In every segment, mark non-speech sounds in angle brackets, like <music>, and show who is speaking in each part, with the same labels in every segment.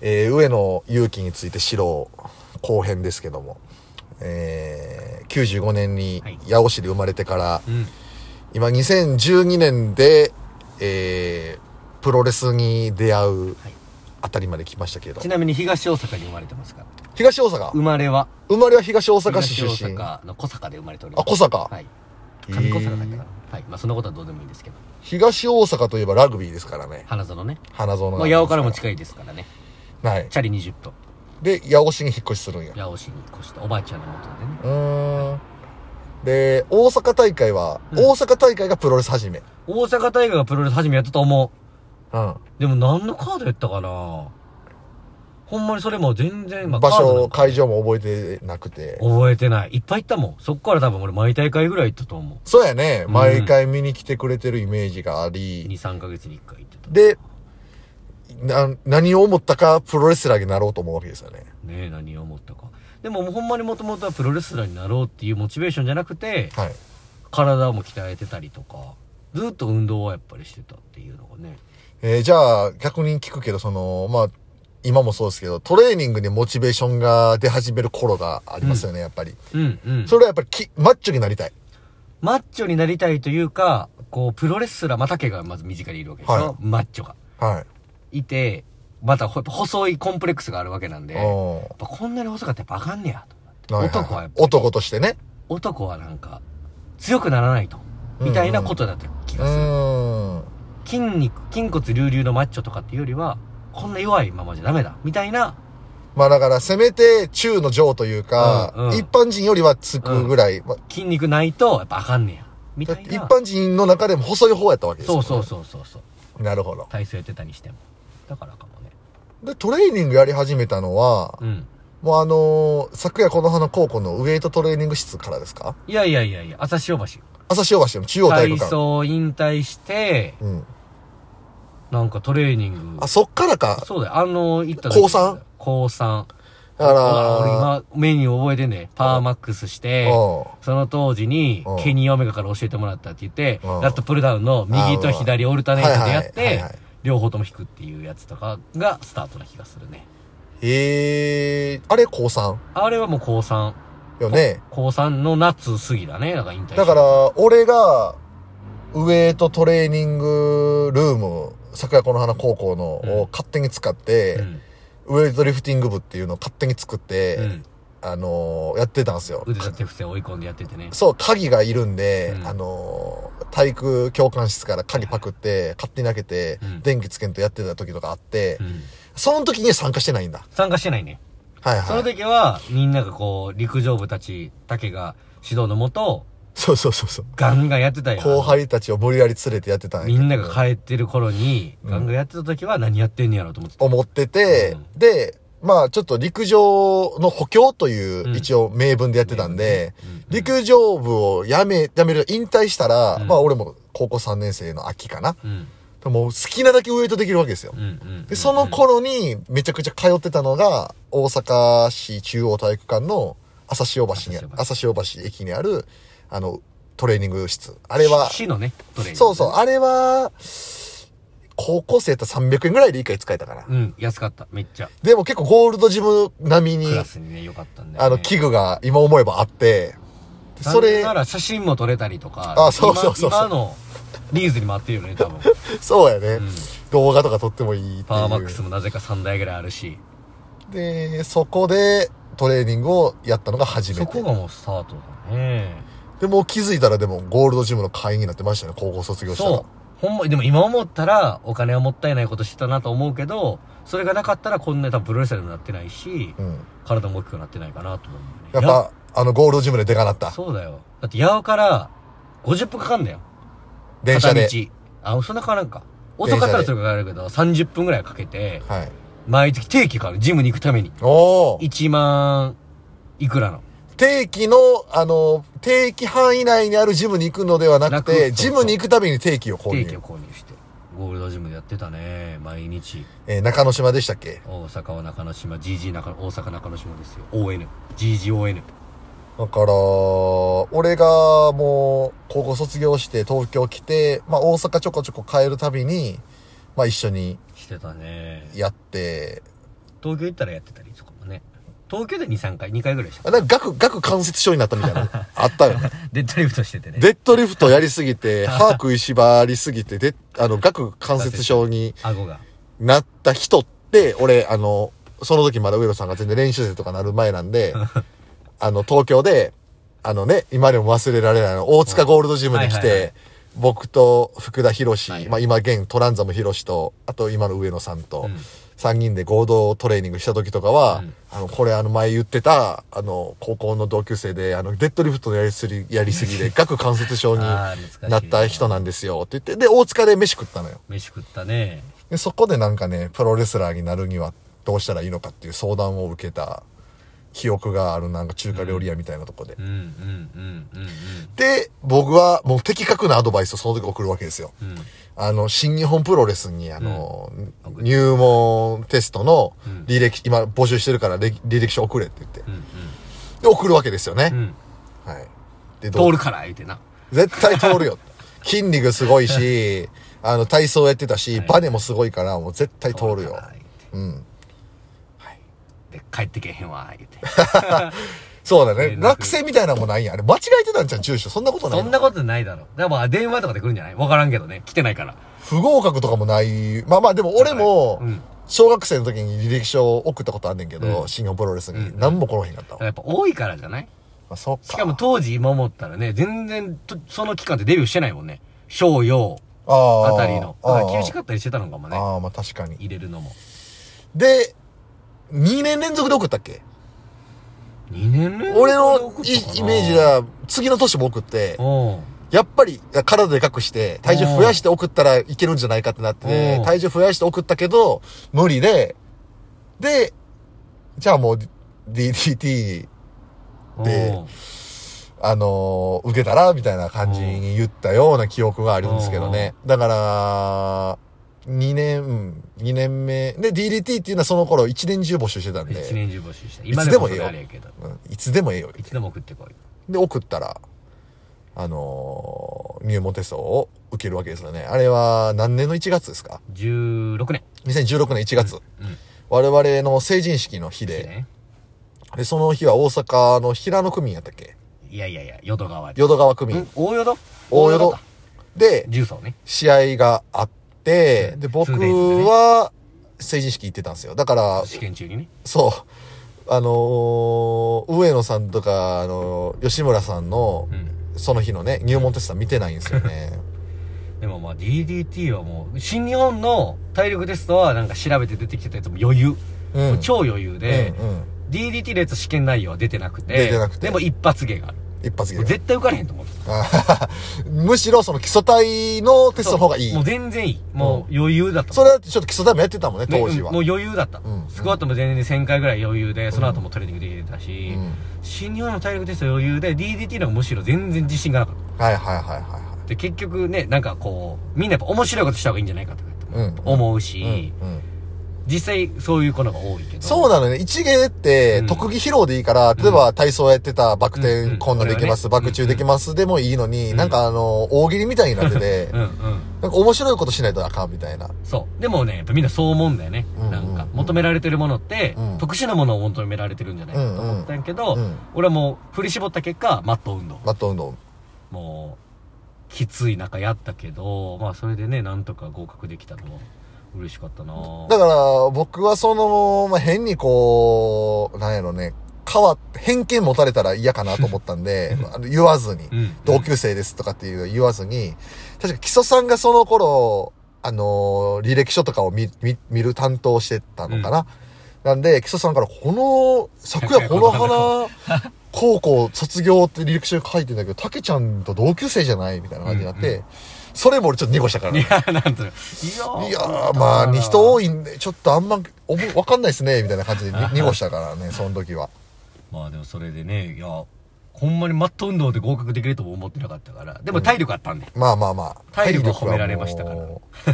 Speaker 1: えー上野勇気について資料後編ですけども、えー95年に
Speaker 2: はい
Speaker 1: 八尾市で生まれてから、
Speaker 2: うん
Speaker 1: 今2012年で、えープロレスに出会う
Speaker 2: はい
Speaker 1: あたりまで来ましたけど
Speaker 2: ち、なみに東大阪に生まれてますから
Speaker 1: 東大阪
Speaker 2: 生まれは
Speaker 1: 生まれは東大阪市
Speaker 2: 東
Speaker 1: 出身。あ、
Speaker 2: 大阪の小坂で生まれております
Speaker 1: 小坂、
Speaker 2: はい上小坂だったかな、はいまあそんなことはどうでもいいんですけど
Speaker 1: 東大阪といえばラグビーですからね。
Speaker 2: 花園ね
Speaker 1: 花園の。
Speaker 2: まあ八尾からも
Speaker 1: い。
Speaker 2: 近いですからね
Speaker 1: はい。
Speaker 2: チャリ20分
Speaker 1: で、八尾市に引っ越しするんや。
Speaker 2: 八尾市に越したおばあちゃんの元でね
Speaker 1: うーん。で、大阪大会は、
Speaker 2: うん
Speaker 1: 大阪大会がプロレス始め。
Speaker 2: 大阪大会がプロレス始めやったと
Speaker 1: う
Speaker 2: 思
Speaker 1: ん。
Speaker 2: うでも何のカードやったかなほんまにそれも全然、まあ
Speaker 1: 場
Speaker 2: カードな
Speaker 1: 所、
Speaker 2: んか
Speaker 1: 会場も覚えてなくて。
Speaker 2: 覚えてないいっぱい行ったもんそっから多分俺毎大会ぐらい行ったと思
Speaker 1: そうやね。
Speaker 2: うん
Speaker 1: 毎回見に来てくれてるイメージがあ
Speaker 2: う
Speaker 1: り。
Speaker 2: 23ヶ月に1回行ってたね
Speaker 1: で、な、何を思ったかプロレスラーになろうと思うわけですよね。
Speaker 2: え何を思ったかでももうほんまにもともとはプロレスラーになろうっていうモチベーションじゃなくて
Speaker 1: はい。
Speaker 2: 体も鍛えてたりとかずっと運動はやっぱりしてたっていうのがね
Speaker 1: えーじゃあ、逆に聞くけど、その、まあ、今もそうですけど、トレーニングにモチベーションが出始める頃がありますよね、やっぱり。
Speaker 2: うんうん
Speaker 1: それはやっぱりき、マッチョになりたい。
Speaker 2: マッチョになりたいというか、こう、プロレスラー、またけがまず身近にいるわけでしょ、
Speaker 1: はい
Speaker 2: マッチョが。
Speaker 1: はい。
Speaker 2: いて、またほ細いコンプレックスがあるわけなんで、やっ
Speaker 1: お
Speaker 2: ぱこんなに細かったらやっぱあかんねやと。
Speaker 1: ーいい
Speaker 2: 男はやっぱり
Speaker 1: 男としてね。
Speaker 2: 男はなんか、強くならないと。みたいなことだった気
Speaker 1: う
Speaker 2: がする。
Speaker 1: ーん。
Speaker 2: 筋肉、筋骨隆々のマッチョとかっていうよりは、こんな弱いままじゃダメだ。みたいな、
Speaker 1: まあだから、せめて、中の上というか、
Speaker 2: うんうん
Speaker 1: 一般人よりはつくぐらい。まあ
Speaker 2: 筋肉ないと、やっぱあかんねや。み
Speaker 1: だ
Speaker 2: た
Speaker 1: って
Speaker 2: い
Speaker 1: 一
Speaker 2: な。
Speaker 1: 般人の中でも細い方やったわけですよ、
Speaker 2: そう
Speaker 1: ね。
Speaker 2: そうそうそうそう。
Speaker 1: う。なるほど。
Speaker 2: 体操やってたにしても。だからかもね。
Speaker 1: で、トレーニングやり始めたのは、
Speaker 2: うん。
Speaker 1: もうあのー昨夜この花高校のウエイトトレーニング室からですか
Speaker 2: いやいやいやいや、朝潮橋。
Speaker 1: 朝塩橋の中央体育
Speaker 2: 体
Speaker 1: 館。
Speaker 2: 操を引退して、
Speaker 1: うん。
Speaker 2: なんかトレーニング
Speaker 1: あ、。そっからか。
Speaker 2: そうだよ。あの、行った
Speaker 1: 高三
Speaker 2: 高3。
Speaker 1: だか
Speaker 2: あ俺
Speaker 1: ら、
Speaker 2: 今、メニュー覚えてんね。パーマックスして、
Speaker 1: うん
Speaker 2: その当時に
Speaker 1: うん、
Speaker 2: ケニーオメガから教えてもらったって言って、
Speaker 1: うん
Speaker 2: ラットプルダウンの右と左オルタネートでや
Speaker 1: はいはい
Speaker 2: っ
Speaker 1: はい
Speaker 2: て
Speaker 1: はい、
Speaker 2: 両方とも引くっていうやつとかがスタートな気がするね。
Speaker 1: えー、あれ高3
Speaker 2: あれはもう高3。
Speaker 1: よね。
Speaker 2: 高3の夏過ぎだね。だから引退して
Speaker 1: だか、ら、俺が、ウエイトトレーニングルーム、桜子の花高校の
Speaker 2: うん
Speaker 1: を勝手に使って、
Speaker 2: うん。
Speaker 1: ウエイトリフティング部っていうのを勝手に作って、
Speaker 2: うん。
Speaker 1: あのーやってたんですよ。
Speaker 2: 腕立て伏せ追い込んでやっててね。
Speaker 1: そう、鍵がいるんで、
Speaker 2: うん
Speaker 1: あのー体育教官室から鍵パクって、勝手に開けて、
Speaker 2: うん
Speaker 1: 電気つけんとやってた時とかあって、
Speaker 2: うん。
Speaker 1: その時には参加してないんだ。
Speaker 2: 参加してないね。
Speaker 1: はい
Speaker 2: その
Speaker 1: はい。
Speaker 2: 時は、みんながこう、陸上部たち、竹が指導のもと、
Speaker 1: そうそうそうそう。
Speaker 2: ガンガンやってたよ。
Speaker 1: 後輩たちを無理やり連れてやってたんやけ
Speaker 2: み
Speaker 1: ど
Speaker 2: んなが帰ってる頃に、
Speaker 1: うん
Speaker 2: ガンガンやってた時は何やってんねやろうと思ってた。
Speaker 1: 思ってて、
Speaker 2: う
Speaker 1: で、まあちょっと陸上の補強といううん一応名分でやってたんで、
Speaker 2: うん、うん
Speaker 1: 陸上部を辞め、辞める、引退したら、
Speaker 2: うん
Speaker 1: まあ俺も高校3年生の秋かな。
Speaker 2: うん、
Speaker 1: でもう好きなだけウエイトできるわけですよ
Speaker 2: うん、う。ん。
Speaker 1: で、その頃にめちゃくちゃ通ってたのが、大阪市中央体育館の朝潮橋に、朝
Speaker 2: 朝
Speaker 1: 潮橋駅にある、あの、トレーニング室。あれは、
Speaker 2: 市のね、トレーニング
Speaker 1: そうそう、あれは、高校生やったら300円ぐらいで一回使えたかな。
Speaker 2: うん、安かった、めっちゃ。
Speaker 1: でも結構ゴールドジム並みに
Speaker 2: ク、ラスにね、良かったんで、ね。
Speaker 1: あの、器具が今思えばあって、でそ
Speaker 2: それ。
Speaker 1: れ
Speaker 2: な、ら写真も撮れたりとか。
Speaker 1: あそうそうそうそう
Speaker 2: 今今の、リーズに回ってるよね、多分。
Speaker 1: そうやね、
Speaker 2: うん
Speaker 1: 動画とか撮ってもいいっていう。
Speaker 2: パワーマックスもなぜか3台ぐらいあるし。
Speaker 1: で、そこでトレーニングをやったのが初め
Speaker 2: そ
Speaker 1: て
Speaker 2: こ。がもうスタートだね。
Speaker 1: で、もう気づいたらでもゴールドジムの会員になってましたね、高校卒業したら
Speaker 2: そ。う。ほんま、でも今思ったら、お金はもったいないことしてたなと思うけど、それがなかったらこんな多分プロレスラーにもなってないし、
Speaker 1: うん。
Speaker 2: 体も大きくなってないかなと思う、ね。
Speaker 1: やっ
Speaker 2: い
Speaker 1: ぱ、あの、ゴールドジムででかなっ
Speaker 2: や、
Speaker 1: た。
Speaker 2: そうだよ。だって、八尾から50分かかんだよ。
Speaker 1: 電車で。
Speaker 2: 片道。あ、そんなかなんか。
Speaker 1: 電車
Speaker 2: 遅
Speaker 1: で
Speaker 2: かったらそれかかるけど、30分くらいかけて、
Speaker 1: はい。
Speaker 2: 毎月定期かる。ジムに行くために。
Speaker 1: おー
Speaker 2: 1万、いくらの。
Speaker 1: 定期の、あの、定期範囲内にあるジムに行くのではなく
Speaker 2: なくそ
Speaker 1: て、
Speaker 2: うそう
Speaker 1: ジムに行くために定期を購
Speaker 2: 定期
Speaker 1: 入
Speaker 2: を。購入して。ゴールドジムでやってたね。毎日。
Speaker 1: えー中之島でしたっけ
Speaker 2: 大阪は中之島、GG 中、大阪中之島ですよ。ON。GGON。
Speaker 1: だから、俺がもう、高校卒業して東京来て、まあ大阪ちょこちょこ帰るたびに、まあ一緒に
Speaker 2: してたね。
Speaker 1: やって、
Speaker 2: 東京行ったらやってたりとかもね。東京で2、3回、2回ぐらいした。
Speaker 1: あなんか、顎、顎関節症になったみたいな。あったよね。
Speaker 2: デッドリフトしててね。
Speaker 1: デッドリフトやりすぎて、歯食いしばりすぎて、で、あの、顎関節症に
Speaker 2: 顎が。
Speaker 1: なった人って、俺、あの、その時まだ上野さんが全然練習生とかなる前なん
Speaker 2: <laughs>
Speaker 1: で、あの、東京で、あのね、今でも忘れられないあの、大塚ゴールドジムに来
Speaker 2: はいはいは
Speaker 1: て、僕と福田博士、
Speaker 2: はいはい
Speaker 1: まあ今現トランザム博士と、あと今の上野さんと、
Speaker 2: うん
Speaker 1: 3人で合同トレーニングした時とかは、
Speaker 2: うん
Speaker 1: あの、これあの前言ってた、あの、高校の同級生で、あの、デッドリフトのやりすぎ、やりすぎ
Speaker 2: <laughs>
Speaker 1: で、顎関節症に
Speaker 2: あー懐かしい
Speaker 1: なった人なんですよ、って言って、で、大塚で飯食ったのよ。
Speaker 2: 飯食ったね。
Speaker 1: でそこでなんかねプロレスラーになるにはどうしたらいいのかっていう相談を受けた記憶があるなんか中華料理屋みたいなとこで、
Speaker 2: うん、うん、うん、うん、
Speaker 1: で僕はもう的確なアドバイスをその時送るわけですよ
Speaker 2: うん。うん。
Speaker 1: あの新日本プロレスにあの、入門テストの
Speaker 2: うん
Speaker 1: 履歴、今募集してるから履履歴書送れって言って
Speaker 2: うん、
Speaker 1: で送るわけですよね
Speaker 2: う、ん。うん。
Speaker 1: はいでどう
Speaker 2: 通るから、言うてな。
Speaker 1: 絶対通
Speaker 2: <laughs>
Speaker 1: るよ筋肉すごいしあの体操やってたし、バネもすごいからもう絶対通るよ
Speaker 2: から言うて
Speaker 1: うん
Speaker 2: で、帰ってけへんわ、言うて。
Speaker 1: そうだね。
Speaker 2: 連絡
Speaker 1: 落選みたいなのもないんや。あれ、間違えてたんじゃん、住所。そんなことない
Speaker 2: そ
Speaker 1: の。
Speaker 2: んなことないだろ。でも、電話とかで来るんじゃないわからんけどね。来てないから。
Speaker 1: 不合格とかもない。まあまあ、でも俺も
Speaker 2: うん、
Speaker 1: 小学生の時に履歴書を送ったことあんねんけど、
Speaker 2: うん
Speaker 1: 新日本プロレスに。
Speaker 2: うん
Speaker 1: 何も来らへんかった
Speaker 2: だ
Speaker 1: わ。
Speaker 2: からやっぱ多いからじゃない
Speaker 1: まあ、そっか。
Speaker 2: しかも当時今思ったらね、全然と、その期間ってデビューしてないもんね。小陽
Speaker 1: あ
Speaker 2: あ
Speaker 1: ー
Speaker 2: たりの。だから厳しか
Speaker 1: あ
Speaker 2: ったりしてたのかも
Speaker 1: ー
Speaker 2: ね。
Speaker 1: あー、まあ確かに。
Speaker 2: 入れるのも。
Speaker 1: で、2年連続で送ったっけ
Speaker 2: 2年連続
Speaker 1: 俺
Speaker 2: で
Speaker 1: の
Speaker 2: 送ったかな
Speaker 1: イイメージは、次の年も送って、
Speaker 2: おう
Speaker 1: やっぱり体でかくして、体重増やして送ったらいけるんじゃないかってなってて
Speaker 2: う、ん
Speaker 1: 体重増やして送ったけど、無理で、で、じゃあもう DDT、で
Speaker 2: おう
Speaker 1: あのー受けたらみたいな感じに言ったような記憶があるんですけどね。だから、2年、2年目。で、DDT っていうのはその頃1年中募集してたん
Speaker 2: 一
Speaker 1: で、
Speaker 2: 年中募集した。
Speaker 1: い
Speaker 2: 今
Speaker 1: つ
Speaker 2: で
Speaker 1: で
Speaker 2: も
Speaker 1: も
Speaker 2: そ
Speaker 1: いい
Speaker 2: れ
Speaker 1: よ
Speaker 2: あれやけど。
Speaker 1: うんいつでもええよ。
Speaker 2: いつでも送ってこい。
Speaker 1: で、送ったら、あのー入門テストを受けるわけですよね。あれは何年の1月ですか
Speaker 2: 16年。
Speaker 1: 2016年1月、
Speaker 2: うん。
Speaker 1: 我々の成人式の日で、
Speaker 2: ね
Speaker 1: で、その日は大阪の平野区民やったっけ
Speaker 2: いやいやいや、淀川で。
Speaker 1: 淀川区民、
Speaker 2: ん大淀
Speaker 1: 大淀
Speaker 2: か
Speaker 1: で、
Speaker 2: 重曹ね。
Speaker 1: 試合があって、
Speaker 2: うん
Speaker 1: で、僕
Speaker 2: two days でね
Speaker 1: は成人式行ってたんですよ。だから、
Speaker 2: 試験中にね。
Speaker 1: そう、あのー上野さんとか、あのー吉村さんの
Speaker 2: う、ん。
Speaker 1: その日のね、入門テストは見てないんですよ
Speaker 2: <laughs>
Speaker 1: ね。
Speaker 2: でもまあ DDT はもう、新日本の体力テストはなんか調べて出てきてたやつも余裕。
Speaker 1: う。
Speaker 2: もうん超余裕で、
Speaker 1: うんうん
Speaker 2: DDT のやつ試験内容は出てなくて。
Speaker 1: 出てなくて
Speaker 2: でも一発芸がある。
Speaker 1: 一発
Speaker 2: もう
Speaker 1: 芸。
Speaker 2: 絶対受かれへんと思ってた。
Speaker 1: むしろその基礎体のテストの方がいい
Speaker 2: もう。全然いい。もう余裕だった。
Speaker 1: それはちょっと基礎体もやってたもんね、
Speaker 2: ね
Speaker 1: 当時は。
Speaker 2: うんもう余裕だった。
Speaker 1: うん
Speaker 2: スクワットも全然1000回ぐらい余裕で、その後もトレーニングできてたし、
Speaker 1: うん
Speaker 2: 新日本の体力テスト余裕で、DDT のはむしろ全然自信がなかった。
Speaker 1: はいはいはいはいは
Speaker 2: で、結局ね、なんかこう、みんなやっぱ面白いことした方がいいんじゃないかとか言って
Speaker 1: うん
Speaker 2: 思う
Speaker 1: い。
Speaker 2: し、
Speaker 1: うんうん
Speaker 2: 実際そういう子のが多いけど。
Speaker 1: そうなのね。一芸って
Speaker 2: うん
Speaker 1: 特技披露でいいから、例えば体操やってたバク
Speaker 2: うんう
Speaker 1: 転
Speaker 2: ん
Speaker 1: こんなんできます、
Speaker 2: それは
Speaker 1: バ
Speaker 2: ね
Speaker 1: ク宙できますでもいいのに、
Speaker 2: うん
Speaker 1: なんかあの、大喜利みたいになってて、
Speaker 2: うんうん。
Speaker 1: <laughs> なんか面白いことしないとあかんみたいな。
Speaker 2: そう。でもね、やっぱみんなそう思うんだよね。
Speaker 1: うんうん
Speaker 2: なんか、求められてるものって、
Speaker 1: うん
Speaker 2: 特殊なものを求められてるんじゃないかと思ったんやけど、
Speaker 1: うん。
Speaker 2: 俺はもう振り絞った結果、マット運動。
Speaker 1: マット運動。
Speaker 2: もう、きつい中やったけど、まあそれでね、なんとか合格できたのは嬉しかったなぁ
Speaker 1: だから、僕はその、まあ、変にこう、なんやろね、変わ、偏見持たれたら嫌かなと思ったん
Speaker 2: <laughs>
Speaker 1: で、あの言わずに。
Speaker 2: うん。
Speaker 1: 同級生ですとかっていうのは言わずに、確か基礎さんがその頃、あのー履歴書とかを見、見、見る担当してたのかな。なんで、基礎さんから、この、昨夜この花、高校卒業って履歴書に書いてんだけど、たけちゃんと同級生じゃないみたいな感じになって、
Speaker 2: うんう
Speaker 1: それも俺ちょっと濁したから
Speaker 2: い
Speaker 1: ね。
Speaker 2: や、なんと。いや
Speaker 1: いやー、まあ、人多
Speaker 2: い。
Speaker 1: いんで、ちょっとあんま、おぼわかんないですね、みたいな
Speaker 2: <laughs>
Speaker 1: 感じでに濁したからね、その時は。
Speaker 2: まあでもそれでね、いや、ほんまにマット運動で合格できるとも思ってなかったから。でも体力あったんで。
Speaker 1: まあまあまあ。
Speaker 2: 体力は
Speaker 1: はもう
Speaker 2: 褒められましたから。
Speaker 1: <laughs>
Speaker 2: <laughs>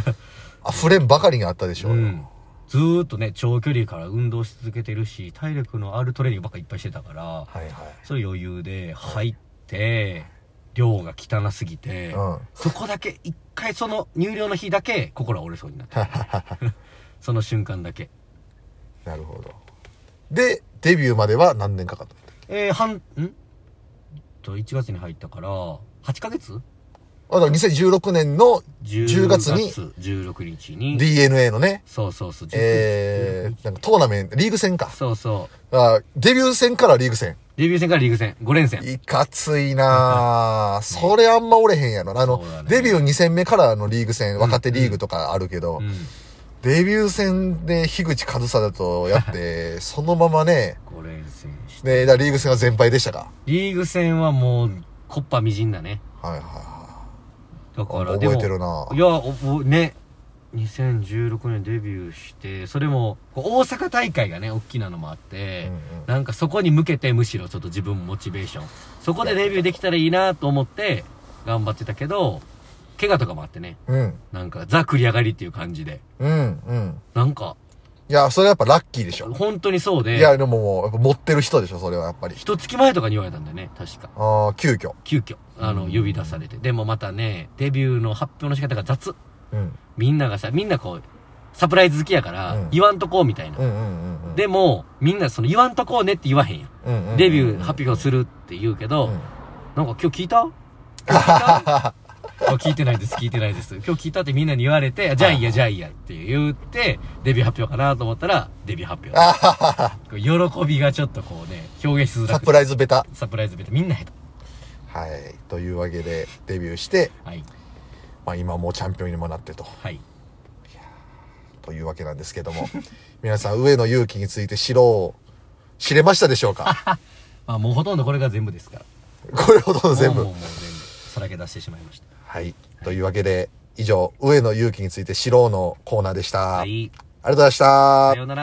Speaker 1: 溢れんばかりにあったでしょ
Speaker 2: う
Speaker 1: うよ。
Speaker 2: ん。ずーっとね、長距離から運動し続けてるし、体力のあるトレーニングばっかいっぱいしてたから、
Speaker 1: はいはい。
Speaker 2: そういう余裕で入って、量が汚すぎて、
Speaker 1: うん。
Speaker 2: そこだけ、一回
Speaker 1: <laughs>
Speaker 2: その入寮の日だけ、心は折れそうになった。その瞬間だけ。
Speaker 1: なるほど。で、デビューまでは何年かかった
Speaker 2: えー、半、んと、1月に入ったから、8ヶ月
Speaker 1: あだから2016年の10月に
Speaker 2: 16日に。
Speaker 1: DNA のね、
Speaker 2: そうそうそう。
Speaker 1: え
Speaker 2: 19
Speaker 1: ー、なんかトーナメント、リーグ戦か。
Speaker 2: そうそう。
Speaker 1: あデビュー戦からリーグ戦。
Speaker 2: デビュー戦からリーグ戦、5連戦。
Speaker 1: いかついなぁ。それあんま折れへんやろな。あの、
Speaker 2: そうだね
Speaker 1: デビュー2戦目からのリーグ戦、若手リーグとかあるけど、
Speaker 2: うん。
Speaker 1: デビュー戦で樋口和沙だとやって、そのままね、
Speaker 2: 5連戦して。
Speaker 1: ね、だからリーグ戦は全敗でしたか。
Speaker 2: リーグ戦はもう、コッパみじんだね。
Speaker 1: はいはいは
Speaker 2: だから、
Speaker 1: い。
Speaker 2: で
Speaker 1: 覚
Speaker 2: も
Speaker 1: えてるない
Speaker 2: や、おぼね。2016年デビューして、それも、こう大阪大会がね、大きなのもあって、
Speaker 1: うんうん
Speaker 2: なんかそこに向けてむしろちょっと自分もモチベーション。そこでデビューできたらいいなと思って、頑張ってたけど、怪我とかもあってね、
Speaker 1: うん。
Speaker 2: なんかザ繰り上がりっていう感じで、
Speaker 1: うん、うん。
Speaker 2: なんか、
Speaker 1: いや、それはやっぱラッキーでしょ。
Speaker 2: 本当にそう
Speaker 1: い
Speaker 2: で
Speaker 1: や、、でももう、やっぱ持ってる人でしょ、それはやっぱり。
Speaker 2: 一月前とかに言われたんだよね、確か。
Speaker 1: ああ、急遽。
Speaker 2: 急遽、あの、呼び出されて。でもまたね、デビューの発表の仕方が雑。
Speaker 1: うん。
Speaker 2: みんながさ、みんなこう、サプライズ好きやから、
Speaker 1: うん
Speaker 2: 言わんとこうみたいな
Speaker 1: う。んうんうんうん。
Speaker 2: でも、みんなその言わんとこうねって言わへんやん。
Speaker 1: うんうんうんうん、
Speaker 2: デビュー発表するって言うけど、
Speaker 1: うん
Speaker 2: なんか今日聞
Speaker 1: <laughs>
Speaker 2: いた今日聞いたあ聞いてないです、聞いてないです。今日聞いたってみんなに言われて、あじゃあいいや、じゃあいいやって言って、デビュー発表かなと思ったら、デビュー発表。
Speaker 1: あははは
Speaker 2: こう喜びがちょっとこうね、表現しづら
Speaker 1: サ
Speaker 2: く
Speaker 1: プライズベタ。
Speaker 2: サプライズベタみんな下手。
Speaker 1: はい。というわけで、デビューして、
Speaker 2: はい。
Speaker 1: まあ今もうチャンピオンにもなってと、
Speaker 2: はい。
Speaker 1: というわけなんですけども、 <laughs> 皆さん、上野勇気について知ろう、知れましたでしょう
Speaker 2: <laughs>
Speaker 1: か
Speaker 2: まあもうほとんどこれが全部ですから。
Speaker 1: これほどの全
Speaker 2: もう
Speaker 1: 部
Speaker 2: もう。もう全部。さらけ出してしまいました。
Speaker 1: はい。というわけで、以上、上野勇気について知ろうのコーナーでした。
Speaker 2: は
Speaker 1: あり
Speaker 2: い。
Speaker 1: がとうございました
Speaker 2: さ。ようなら。